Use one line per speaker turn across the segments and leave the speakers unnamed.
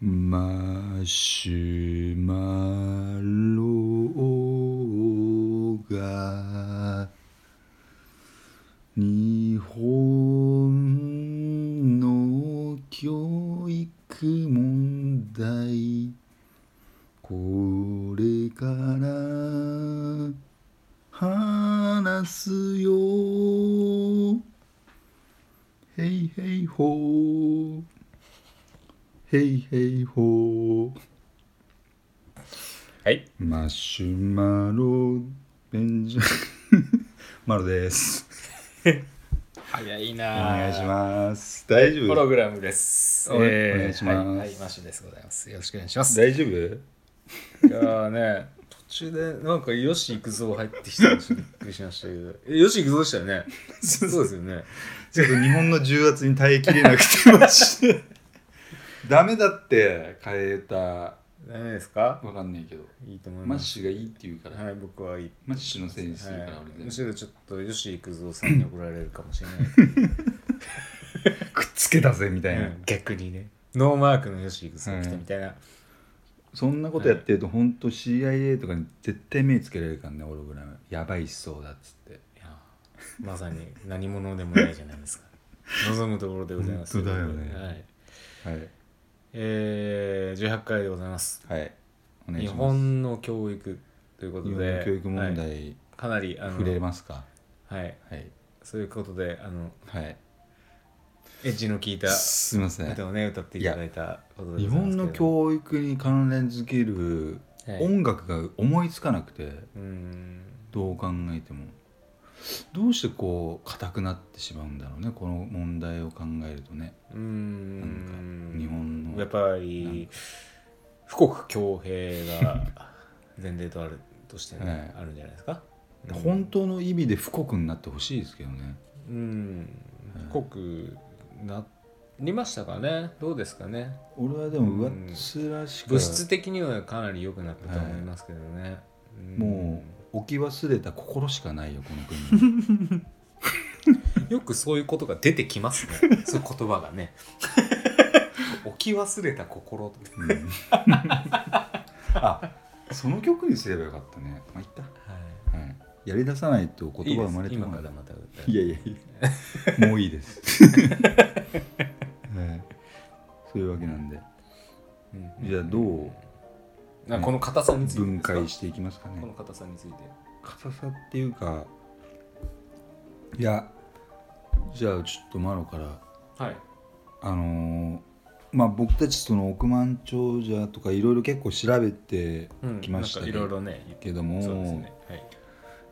マシュマロが日本の教育問題これから話すよヘイヘイホーヘイヘイホー
はい
マシュマロベンジャマロです
早い
お
なあ
願いします大丈
ホロ
夫
グラムです
おお願いします
はい、はいマシュですございますよろしくお願いしますい
大丈夫
やーね途中でなんかよし行くぞ入ってきたのちょっとびっくりしましたけどえよし行くぞでしたよねそうですよね
ちょっと日本の重圧に耐えきれなくてました ダメだって変えたわ
ダメですか
かんないけど
いいと思い
マッ
ます
シュがいいって言うから、
はい僕はいい
マッシュのせいにするから
は
俺
い、
で
むしろちょっとよし行くぞさんに怒られるかもしれない
くっつけたぜみたいな、
うん逆にねノーマークのよし行くぞ来たみたいな、
そんなことやってるとほんと CIA とかに絶対目つけられるからね俺ぐらいやばいしそうだっつって
いやまさに何者でもないじゃないですか望むところでございます
本当だよね
はい
はい
えー、18回でございます
はいお願い
日
します
本の教育ということ
日
で
本の教育問
はい
題
かなりあの
触れますか
はい
はい
そういうことであの
はい
エッジの効いた
すいません
歌をね歌っていただいたことで
日
ございますけど
本の教育に関連づける
はい
音楽が思いつかなくて、
うーん
どう考えてもどうしてこう硬くなってしまうんだろうねこの問題を考えるとね
うーん
なんか日本の
やっぱり富国強兵が前提とあるとしてね、
はい
あるんじゃないですかうん
本当の意味で不国になってほしいですけどね
うん
は
濃くなりましたかねどうですかね
俺はでも上っ面しく
物質的にはかなり良くなったと思いますけどね、うん
もう置き忘れた心しかないよこの国
よくそういうことが出てきます ねそういう言葉がね置き忘れた心と
うん あその曲にすればよかったねまあいった、はい、やり出さないと言葉は生まれてこ
今
な
か
い
らまた歌う
いやいやい やもういいです、 はい、そういうわけなんで
うん
じゃあどう
なんかこの硬さについてです
分
か
解していきますかね
この硬さについて
硬さっていうかいやじゃあちょっとマロから
はい
あのーまあ僕たちその億万長者とかいろいろ結構調べてきました
なんかいろいろね
けども、
そうですねはい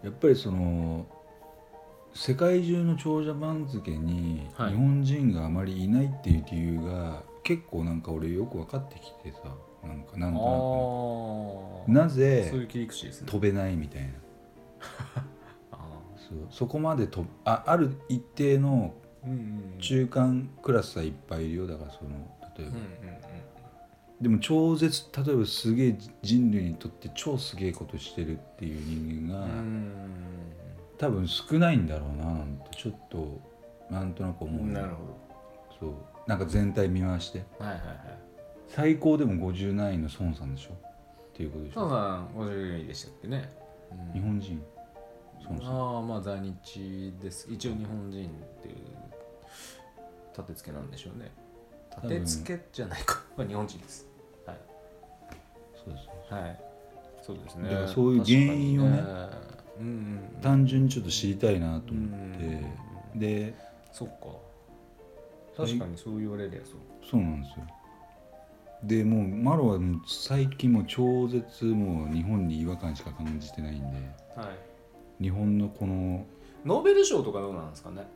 やっぱりその世界中の長者番付に日
はい
本人があまりいないっていう理由が結構なんか俺よく分かってきてさなんかなんとなく
あ
ねな
あそうい
ぜ
う切り口ですね
飛べないみたいな
あ
そうそこまでとあある一定の
ーうんうんうん
中間クラスはいっぱいいるよだからその例え
う
ば
ん、うん
でも超絶例えばすげえ人類にとって超すげえことしてるっていう人間
う
が、
ん
多分少ないんだろうななんてちょっとなんとなく
う
思う、
んなるほ
そうなんか全体見回して
どはいはいはい
最高でも50何位の孫さんでしょっていうことでし
そう
ょ
さん50位でしたっけねうん
日本人孫さん
ああまあ在日です一応日本人っていう立て付けなんでしょうね立て付けじゃないかまあ日本人ですはい
そうです
はいそうです
だから
ね
そういう原因をね
確かにねうんうんうん
単純にちょっと知りたいなと思ってで
そっか確かにそう言われりゃそう
そうなんですよでもうマロはもう最近もう超絶もう日本に違和感しか感じてないんで
はい
日本のこの
ノーベル賞とかどうなんですかね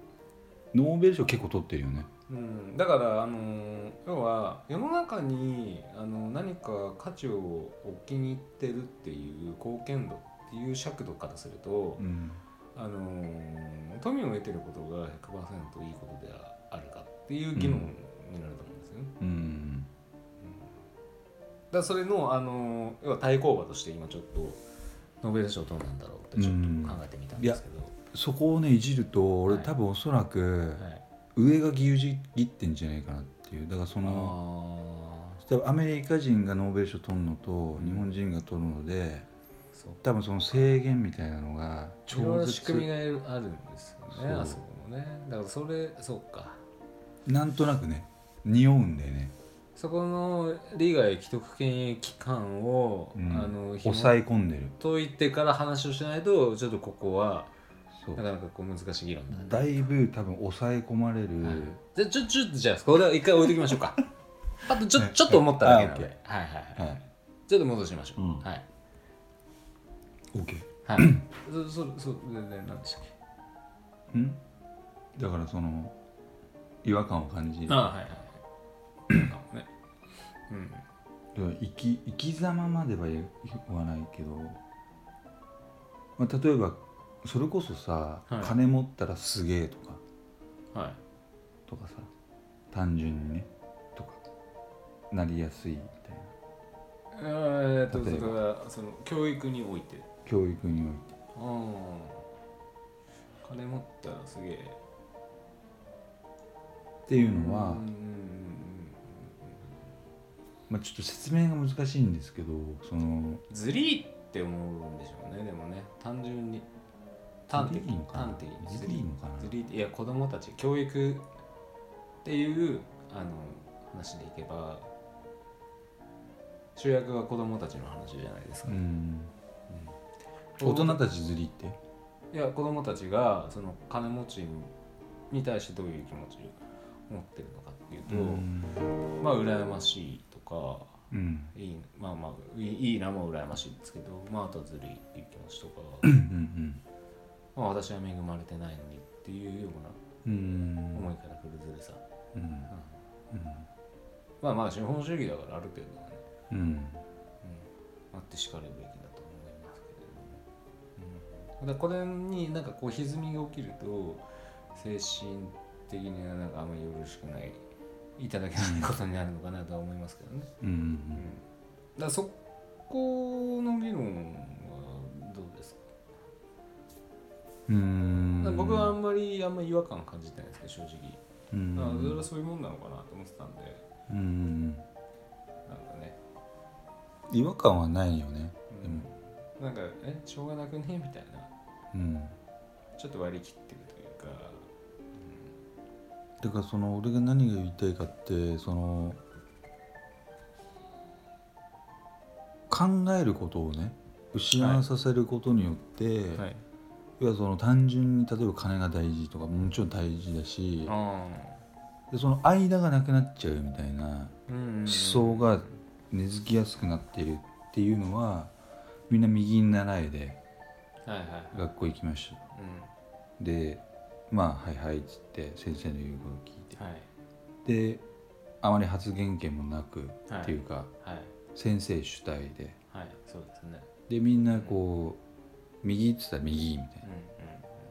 ノーベル賞結構取ってるよね
うん、だから、あのー要は世の中にあの何か価値を置きにいってるっていう貢献度っていう尺度からすると、
うん
あのー富を得てることが100%いいことであるかっていう議論になると思うんですよね。
うん
だからそれの、あのー要は対抗馬として今ちょっとノーベル賞どうなんだろうってちょっと考えてみたんですけど、
そこをねいじると俺、
はい
多分おそらく
はい、
上が牛耳ってんじゃないかなっていうだからそ
あ
の
ー
多分アメリカ人がノーベル賞取るのと
ん
日本人が取るので
そう
多分その制限みたいなのが
いろい
超
ろ仕組み
絶
がいるあるんですよね
そう
あそこもねだからそれそうか
なんとなくね匂うんだよね、
そこの利害既得権益機関を、
うん
あの紐
抑え込んでる
解いてから話をしないとちょっとここは
そう
なかなかこう難しい議論だね、
だいぶ多分抑え込まれる、
はいじゃあちょちょっとじゃあこれで一回置いときましょう かあとちょちょっと思っただけなんで、
はい
はいはいはい、
はい
ちょっと戻しましょう、
うん
はい、
OK
はい、そそそ全然何でしたっけ
うんだからその違和感を感じる
あはいはいはいなんかもねうん
でも生き生き様までは言わないけど、まあ、例えばそれこそさ、
はい
金持ったらすげえとか
はい
とかさ単純にねとかなりやすいみたいな
えー、っと
例えば
それからその教育において
教育におい
うん金持ったらすげえ
てっていうのは、
うんうん
まあ、ちょっと説明が難しいんですけどその
うんずりーって思うんでしょうねでもね単純に端的
ずりー
に
のかな
端的に
ずりーのかな
ずりーっていや子供たち教育っていうあの話でいけば主役は子供たちの話じゃないですか、
うん大人たちずりって
いや子供たちがその金持ちに対してどういう気持ちを持ってるのかっていうと、まあ羨ましいとか
うん
いいまあまあいいいいなも羨ましいんですけどまああとはずるいっていう気持ちとか
うんうん
まあ私は恵まれてないのにっていうよ
うんう
うなん思いからくるずるさ、
うん
まあまあ資本主義だからある程度はね、
うんうん
うん、あってしかるべきだと思いますけれども、うん、だからこれになんかこう歪みが起きると精神的にはなんかあんまりよろしくないいただけないことになるのかなとは思いますけどね。
うんうん
だからそこの議論はどうですか
うーん
僕はあんまりあんまり違和感感じてないですけど正直、
うーん
あそれはそういうもんなのかなと思ってたんで
うーん
なんかね、
違和感はないよね
う
で
ん
も、
なんかえしょうがなくねみ たいな
うん
ちょっと割り切ってるというか
だからその俺が何が言いたいかってその考えることをね失わさせることによって、
はい
要はその単純に例えば金が大事とかもちろん大事だし
あ
でその間がなくなっちゃうみたいな
ーうん
思想が根付きやすくなっているっていうのはみんな右に習いで
はいはいはい、
学校行きました
う
でまあ「はいはい」っつって先生の言うことを聞い
ん、はい
てであまり発言権もなく
はい
っていうか、
はい
先生主体で
はいそうですね
でみんなこう右っつったら右みたいな
う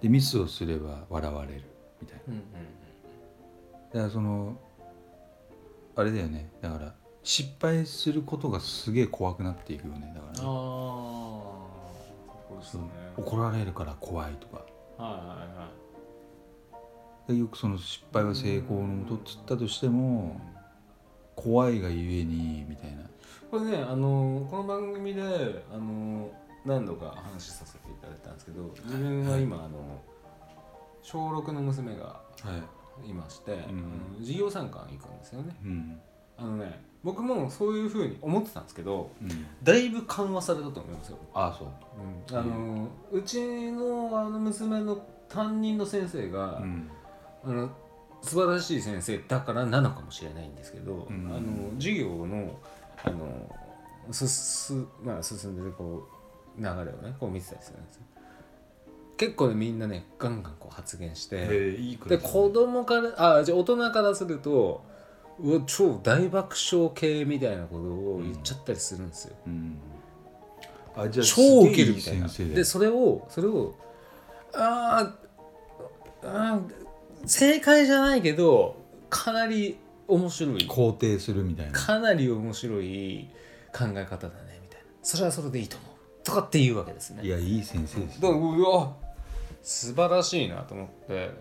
でミスをすれば笑われるみたいなん
うんうん
だからそのあれだよねだから失敗することがすげえ怖くなっていくよねだからね、
ああそうです
そ
ね
う怒られるから怖いとか
はいはいはい
でよくその失敗は成功のもとっつったとしても怖いがゆえにみたいな
これねあのこの番組であの何度か話しさせていただいたんですけど自分は今あの小6の娘が
はい
いまして、
ん
あの授業参観行くんですよね
うん
あのね僕もそういうふうに思ってたんですけど
うん
だいぶ緩和されたと思いますよ、
ああそう
あのうちのあの娘の担任の先生が、
ん
あの素晴らしい先生だからなのかもしれないんですけど、
うん
あの授業のあのすす、まあ、進んでるこう流れをねこう見てたりするんですよ結構ねみんなねガンガンこう発言して
いい
で子供からあじゃあ大人からするとうわ超大爆笑系みたいなことを言っちゃったりするんですよ、
うんあじゃあ
超ウケるみたいな
すげえいい先生だよ
でそれをそれをあーあー正解じゃないけどかなり面白い
肯定するみたいな
かなり面白い考え方だねみたいなそれはそれでいいと思うとかっていうわけですね
いやいい先生です
だから
よ
うわ素晴らしいなと思って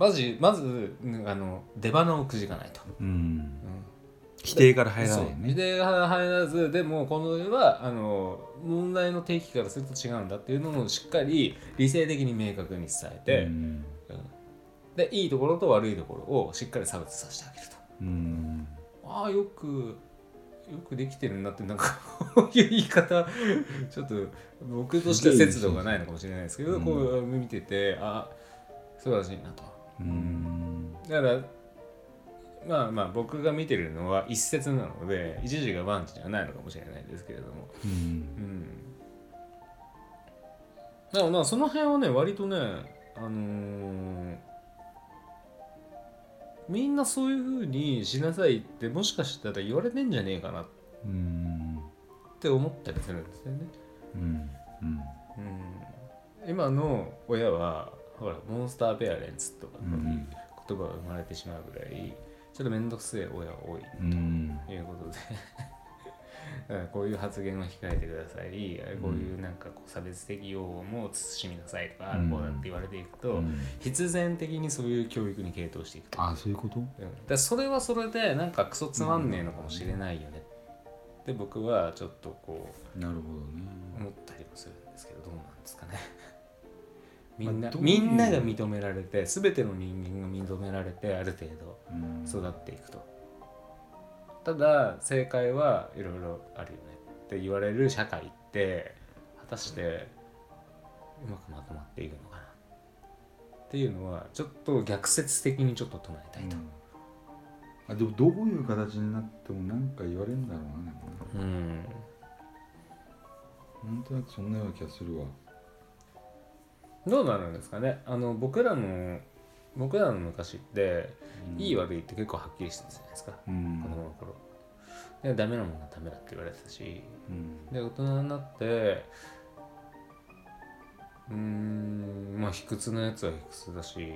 まずまずあの出花をくじかないと、
うん
うん
否定から入らないよ
そう否
ね
定が入らずでもこの上はあの問題の定義からすると違うんだっていうのをしっかり理性的に明確に伝えて、
うん
でいいところと悪いところをしっかり差別させてあげると
うん
ああよくよくできてるなってなんかこういう言い方ちょっと僕としては節度がないのかもしれないですけど
うん
こう見ててあ素晴らしいなと
うん
だからまあまあ僕が見てるのは一説なので一時が万事ではないのかもしれないですけれども
うん
うんだからまあその辺はね割とねあのーみんなそういう風にしなさいってもしかしたら言われてんじゃねえかなっ
うん
て思ったりするんですよね、
うんうん
うん、今の親はほらモンスターペアレンツとか
うん
言葉が生まれてしまうぐらいちょっと面倒くせえ親は多い
うん
ということで だからこういう発言は控えてくださいこういうなんかこう差別的用語も慎みなさいとか、
うん
こうやって言われていくと、
うん
必然的にそういう教育に傾倒していくと、
あそういうこと
うんだからそれはそれでなんかクソつまんねえのかもしれないよね、で僕はちょっとこ
なるほど
う
ね
思ったりもするんですけどどうなんですかねみん
ま
な、
あどうい
み
うん
なが認められて全ての人間が認められてある程度
うん
育っていくとただ正解はいろいろあるよねって言われる社会って果たしてうまくまとまっていくのかなっていうのはちょっと逆説的にちょっと唱えたいと、
あでもどういう形になっても何か言われるんだろうななんかな
うん、
なんとなくそんなような気がするわ
どうなるんですかねあの僕らの僕らの昔って、
うん
いい悪いって結構はっきりしてたじゃないですか
うん
子供の頃でダメなものはダメだって言われてたし
うん
で大人になってうーんまあ卑屈なやつは卑屈だし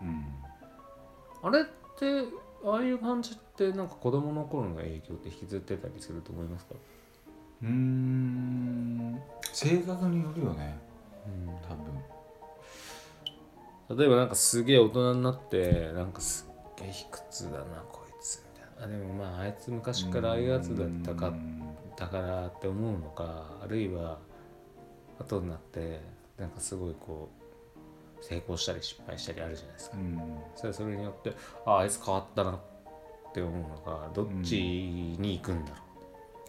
うん
あれってああいう感じってなんか子供の頃の影響って引きずってたりすると思いますか、
うーん性格によるよね多分
例えばなんかすげえ大人になってなんかすっげえ卑屈だなこいつみたいなあでもまああいつ昔からああいうやつだったかだからって思うのかあるいは後になってなんかすごいこう成功したり失敗したりあるじゃないですか
うん
それはそれによってああいつ変わったなって思うのかどっちに行くんだろう、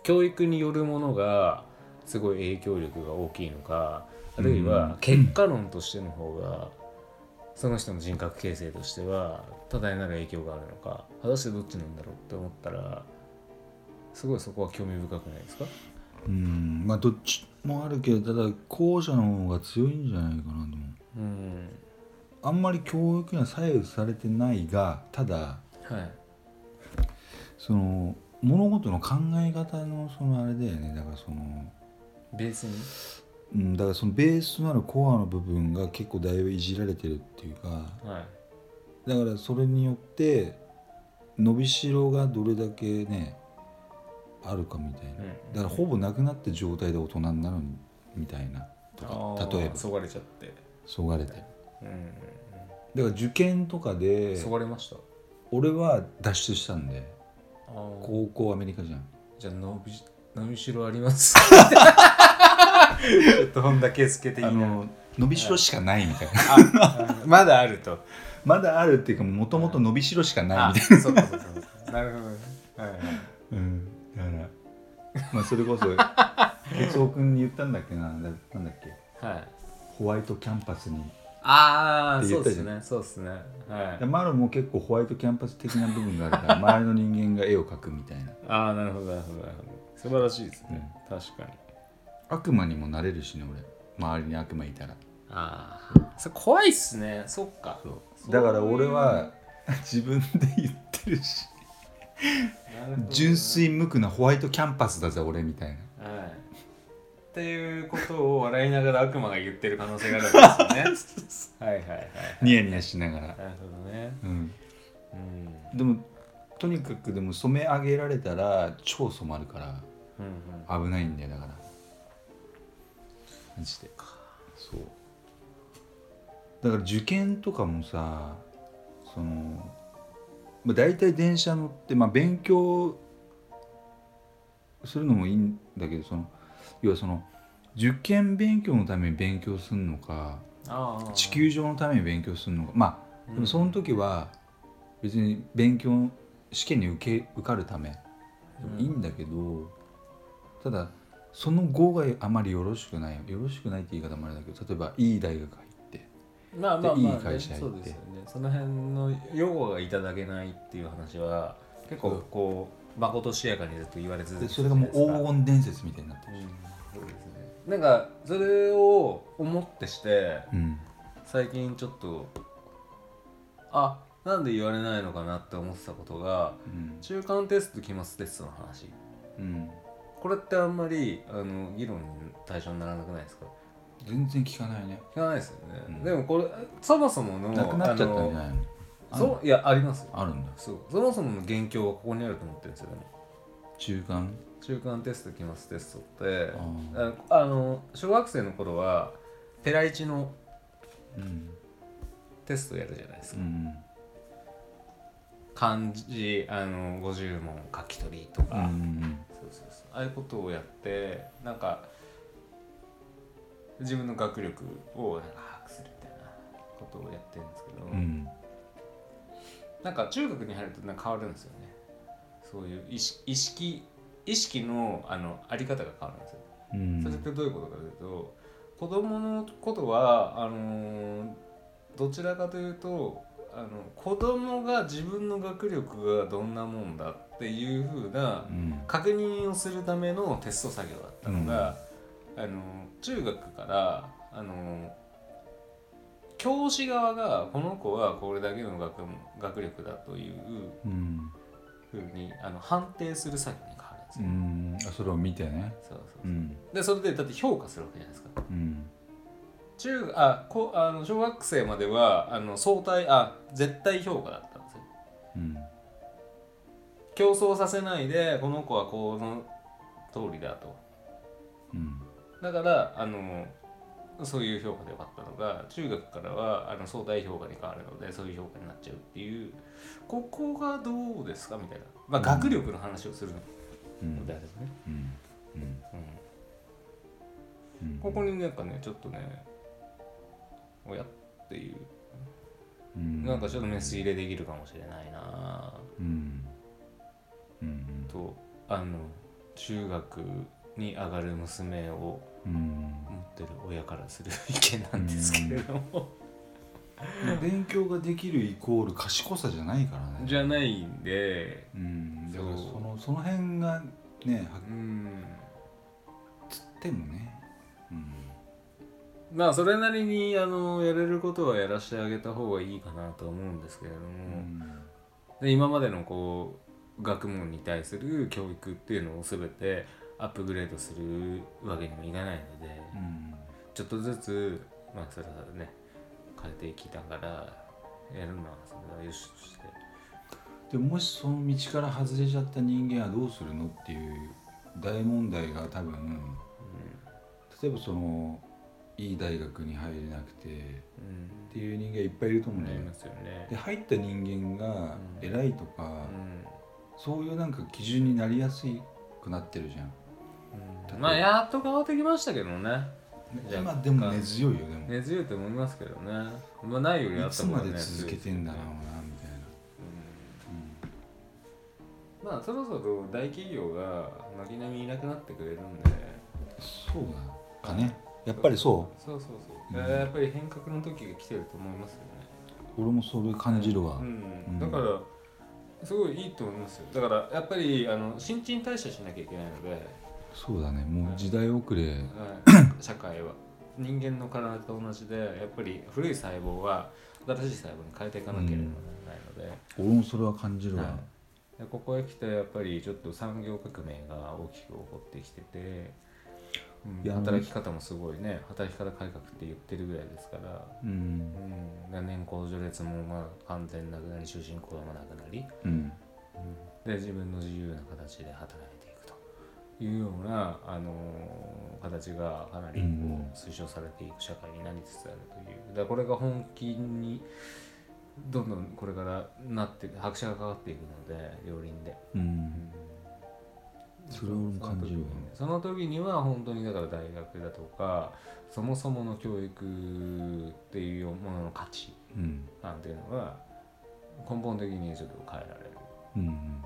教育によるものがすごい影響力が大きいのかあるいは結果論としての方がその人の人格形成としては多大なる影響があるのか果たしてどっちなんだろうって思ったらすごいそこは興味深くないですか
うんまあどっちもあるけどただ後者の方が強いんじゃないかなと思う
うん
あんまり教育には左右されてないがただ
はい
その物事の考え方のそのあれだよねだからその、
ベースに
うん、だからそのベースとなるコアの部分が結構だいぶいじられてるっていうか
はい
だからそれによって伸びしろがどれだけねあるかみたいな
うん
だからほぼなくなった状態で大人になるみたいなと
あ
か
ー
例えば
そがれちゃって
そがれてる
うん
だから受験とかで
そがれました
俺は脱出したんで
あー
高校アメリカじゃん
じゃあ伸び伸びしろあります ちょっと本田圭佑的
あの伸びしろしかないみたいな
あまだあると
まだあるっていうかもともと伸びしろしか ないみたい
そうそうそうそうなるほどねはいはい
な、うん、だからまあそれこそ哲夫君に言ったんだっけなななんだっけ
はい
ホワイトキャンパスにっ
ああ
て言っ
そうで
たじ
す
ゃん
ねそうですねはい
でマロも結構ホワイトキャンパス的な部分があるから周りの人間が絵を描くみたいな
ああなるほどなるほどなるほど素晴らしいですね、確かに
悪魔にもなれるしね俺周りに悪魔いたら
ああそれ怖いっすねそっか
そうだから俺は 自分で言ってるし
なるほどね
純粋無垢なホワイトキャンパスだぜ俺みたいな
はいっていうことを笑いながら悪魔が言ってる可能性があるんです よねはいはいはい
ニヤニヤしながら、
なるほどね
うん、
うん
でもとにかくでも染め上げられたら超染まるから
うんうん
危ないんだよだからマジでそうだから受験とかもさそのまあ、大体電車乗って、まあ、勉強するのもいいんだけどその要はその受験勉強のために勉強するのか
ああ
地球上のために勉強するのかまあでもその時
は、
は別に勉強試験に受け受かるためでもいいんだけど、ただその後があまりよろしくないよろしくないって言い方もあれだけど例えばいい大学入って
まあまあ
で
まあ、
い
ね、
い会社
そう
行っ
で
て
すよねその辺の擁護がいただけないっていう話は結
そ
構
う
こうまことしやかにずっと言われ続
で
けて
それがもう
るじゃないです
黄
か
金伝説みたいになってる、
うんそうですねなんかそれを思ってして
うん
最近ちょっとあなんで言われないのかなって思ってたことが
うん
中間テストと期末テストの話
うん、
これってあんまりあの議論の対象にならなくないですか
全然聞かないね
聞かないですよね、
うん
でもこれそもそもの
なくなっちゃったんじゃ
あ
ないの
のそういやありますよ
あるんだ
そうそもそもの元凶はここにあると思ってるんですよね
中間
中間テスト期末テストって
あー
あのあの小学生の頃はペライチの
うん
テストやるじゃないです
う
か、
ん
漢字あの50問書き取りと
う
か、
ん
そうそうそうああいうことをやってなんか自分の学力をなんか把握するみたいなことをやってるんですけど、
うん
なんか中学に入るとなんか変わるんですよねそういう意識意識意識のあのあり方が変わるんですよ
うん
それってどういうことかというと子供のことはあのーどちらかというとあの子供が自分の学力がどんなもんだっていうふうな
うん
確認をするためのテスト作業だったのが、あの中学からあの教師側がこの子はこれだけの学問学力だという
うん
ふうにあの判定する作業に変わるんで
う
す
ん
よ。
あそれを見てね
そうそうそ
う
う
ん
でそれでだって評価するわけじゃないですか。
うん
中あこあの小学生まではあの相対あ絶対評価だったんですよ。
うん
競争させないでこの子はこの通りだと。
うん
だからあのそういう評価でよかったのが中学からはあの相対評価に変わるのでそういう評価になっちゃうっていうここがどうですかみたいな、ま
う
あ、
ん
学力の話をする
う
ので
ん
あればね、
うんうんう
うん
ん
ここになんかねちょっとねおやっていう
うん
なんかちょっとメス入れできるかもしれないな
うんうん
ぁとあの中学に上がる娘を
うん
持ってる親からする意見なんですけれども、
勉強ができるイコール賢さじゃないからね
じゃないんで
うんだから
そう
そのその辺がねはっ
うん
つってもねうん
まあそれなりにあのやれることはやらしてあげた方がいいかなとは思うんですけれども、
うん
で今までのこう学問に対する教育っていうのを全てアップグレードするわけにもいかないので、
うん
ちょっとずつまあそれはね変えていきながらやるのはそれはよしとして
でももしその道から外れちゃった人間はどうするのっていう大問題が多分例えばそのいい大学に入れなくてっ
うん、うん、
ていう人間いっぱいいると思うんだ
な
よ
り
ね
ますよね
で。入った人間が
うん
偉いとか、
うん
そういうなんか基準になりやすくなってるじゃん
うんまあやっと変わってきましたけどねいや
今でも根強いよでも、
根強いと思いますけどねまあないより
い
あった
つ
方
ま
がね
で続けてんだろうなみたいな、
うんまあそろそろ大企業が軒並みいなくなってくれるんで
そうだかねやっぱりそ
そうそうそ
う
う、
ん
えーやっぱり変革の時が来てると思いますよね
う俺もそれ感じるわ、
う、
うんん
だからすごいいいと思いますよだからやっぱりあの新陳代謝しなきゃいけないので、
そうだねもう時代遅れ、
はい社会は人間の体と同じでやっぱり古い細胞は新しい細胞に変えていかなければならないので、
俺もそれは感じるわ、
はいでここへ来てやっぱりちょっと産業革命が大きく起こってきてて、うん
いや
働き方もすごいね働き方改革って言ってるぐらいですから、
うん
うん、で年功序列もまあ完全なくなり終身雇用もなくなり、
うん
で自分の自由な形で働いていくというような、あのー形がかなりこ
う
う
ん
推奨されていく社会になりつつあるという、だからこれが本気にどんどんこれからなって拍車がかかっていくので両輪で、
う
うんん
それは俺も感じるわ
その時には本当にだから大学だとかそもそもの教育っていうものの価値
うん
なんていうのが根本的にちょっと変えられる
うんうん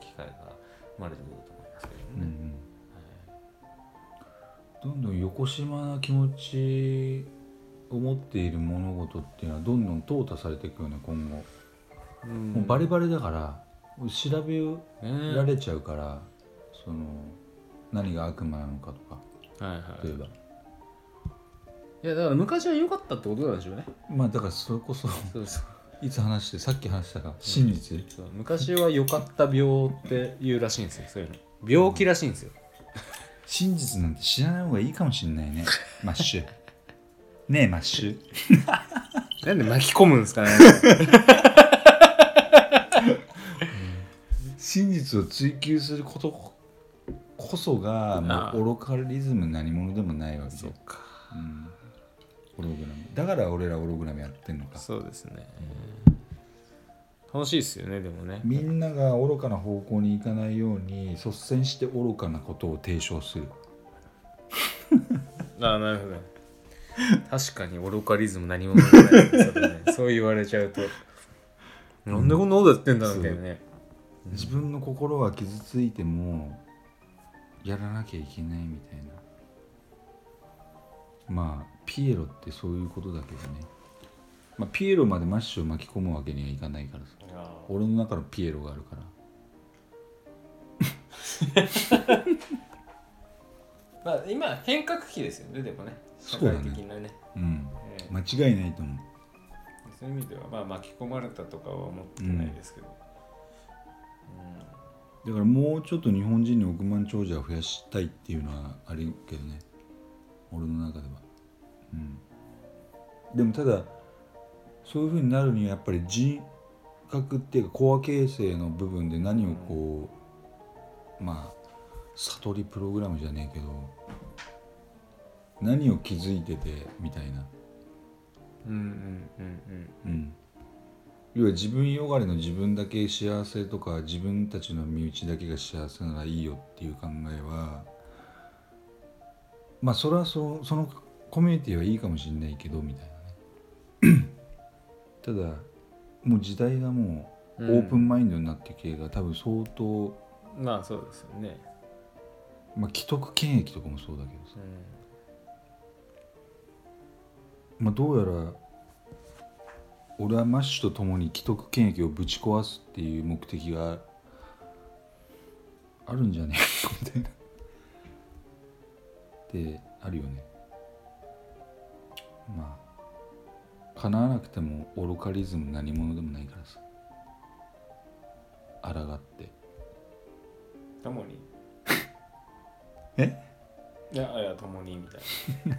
機会が生まれてくると思いますけど
うんう
ね、
んどんどん横島な気持ちを持っている物事っていうのはどんどん淘汰されていくよね今後、
はいうん
もうバレバレだから調べ
ね
られちゃうから、その何が悪魔なのかとか
はいはい
例えば、
いやだから昔は良かったってことなんでしょうね
まあだからそれこそ
そうそう
いつ話してさっき話したか真実、
そう昔は良かった病っていうらしいんですよそういうの病気らしいんですよ、
真実なんて知らない方がいいかもしんないねマッシュねえマッシュ
なんで巻き込むんですかね
真実を追求することここそが
ああ
もう愚かリズム何者でもないわけで、
か
うん、ホログラムだから俺らホログラムやってんのか
そうですね、楽しいですよねでもね
みんなが愚かな方向に行かないように率先して愚かなことを提唱する
ああなるほど確かに愚かリズム何もないですけどねそう言われちゃうとなんでこんなことやってんだみたいなね
自分の心は傷ついてもやらなきゃいけないみたいなまあピエロってそういうことだけどね、まあ、ピエロまでマッシュを巻き込むわけにはいかないからさ俺の中のピエロがあるから
まあ今変革期ですよねでもね社
そうだ
会
ね
的なね
うん
ええ
間違いないと思
そういう意味では、まあ、巻き込まれたとかは思ってないですけど、うん
うだからもうちょっと日本人に億万長者を増やしたいっていうのはあるけどね俺の中ではうんでもただそういうふうになるにはやっぱり人格っていうかコア形成の部分で何をこう、まあ悟りプログラムじゃねえけど何を気づいててみたいな
うんうんうん
うん、要は自分よがりの自分だけ幸せとか自分たちの身内だけが幸せならいいよっていう考えはまあそれはそそのコミュニティはいいかもしれないけどみたいなねただもう時代がもう
う
オ
ん
ープンマインドになってきてが多分相当、
うんまあそうですよね、
まあ、既得権益とかもそうだけどさ
う
まあ、どうやら俺はマッシュと共に既得権益をぶち壊すっていう目的があるんじゃね えかみたいな。ってあるよね。まあ叶わなくても愚かリズム何者でもないからさ。抗って。
ん、共に
え
いやいや共にみ たいな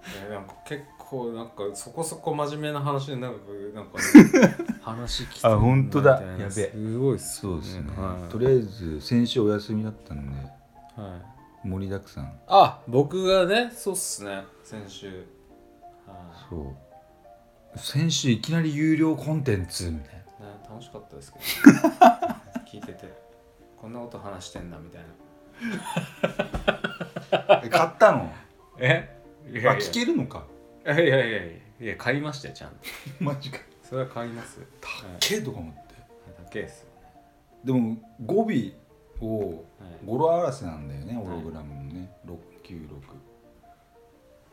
いやなんか結構なんかそこそこ真面目な話でなんかなんかね、 話聞いて
あほんとだ
みたいな
やべえ
すごいっす
そうですね。
はい
とりあえず先週お休みだったので
はい
盛りだくさん。
あ僕がねそうっすね先週は、
そう先週いきなり有料コンテンツみたいない
ね、楽しかったですけど 聞いててこんなこと話してんだみたいな
え買ったの
えいやいや
あ聞けるのか
いやいやいやいや買いましたよちゃんと
マジか
それは買います
高っけえとか思って
だけです
でも語尾を
はい
語呂合わせなんだよね
い
オログラムのね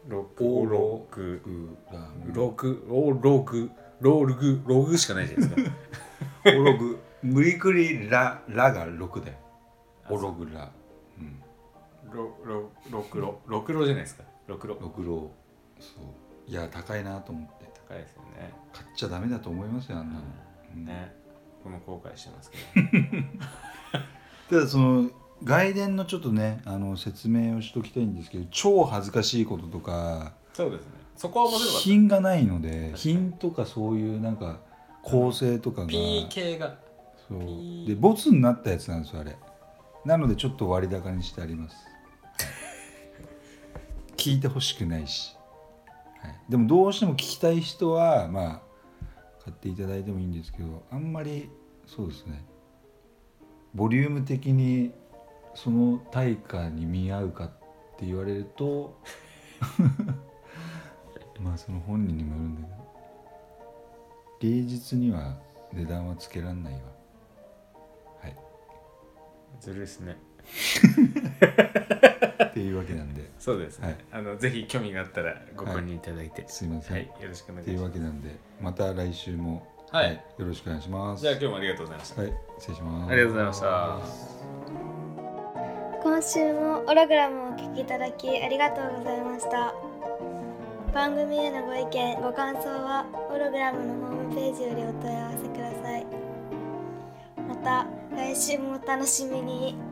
六
おろ
六
6966
六おログロールグログしかないじゃないですか
オログ無理くりララが6だよオログラうん
ロロ六ロ六ロじゃないですか六ロ
六郎そういや高いなと思って
高いですよね
買っちゃダメだと思いますよあんなのうん
ね僕も後悔してますけど
ただその外伝のちょっとねあの説明をしときたいんですけど超恥ずかしいこととか
そうですねそこは面白かった
品がないので
に
品とかそういうなんか構成とかが
PK が
そう
ピ
でボツになったやつなんですよあれなのでちょっと割高にしてあります聞いてほしくないし、はい、でもどうしても聞きたい人はまあ使っていただいてもいいんですけどあんまりそうですねボリューム的にその対価に見合うかって言われると まあその本人にもよるんだけど芸術には値段はつけらんないわはい
ずるいですね
っていうわけなんで
そうですね、
はい
あのぜひ興味があったらご購入いただいて、
すいません、
はいよろしくお願
っ
い
て
し
いう
ま
わ
す
けなんでまた来週も、
はい
よろしくお願いします
じゃあ今日もありがとうございました、
はい失礼します
ありがとうございました
今週もオログラムをお聞きいただきありがとうございました番組へのご意見ご感想はオログラムのホームページよりお問い合わせくださいまた来週もお楽しみに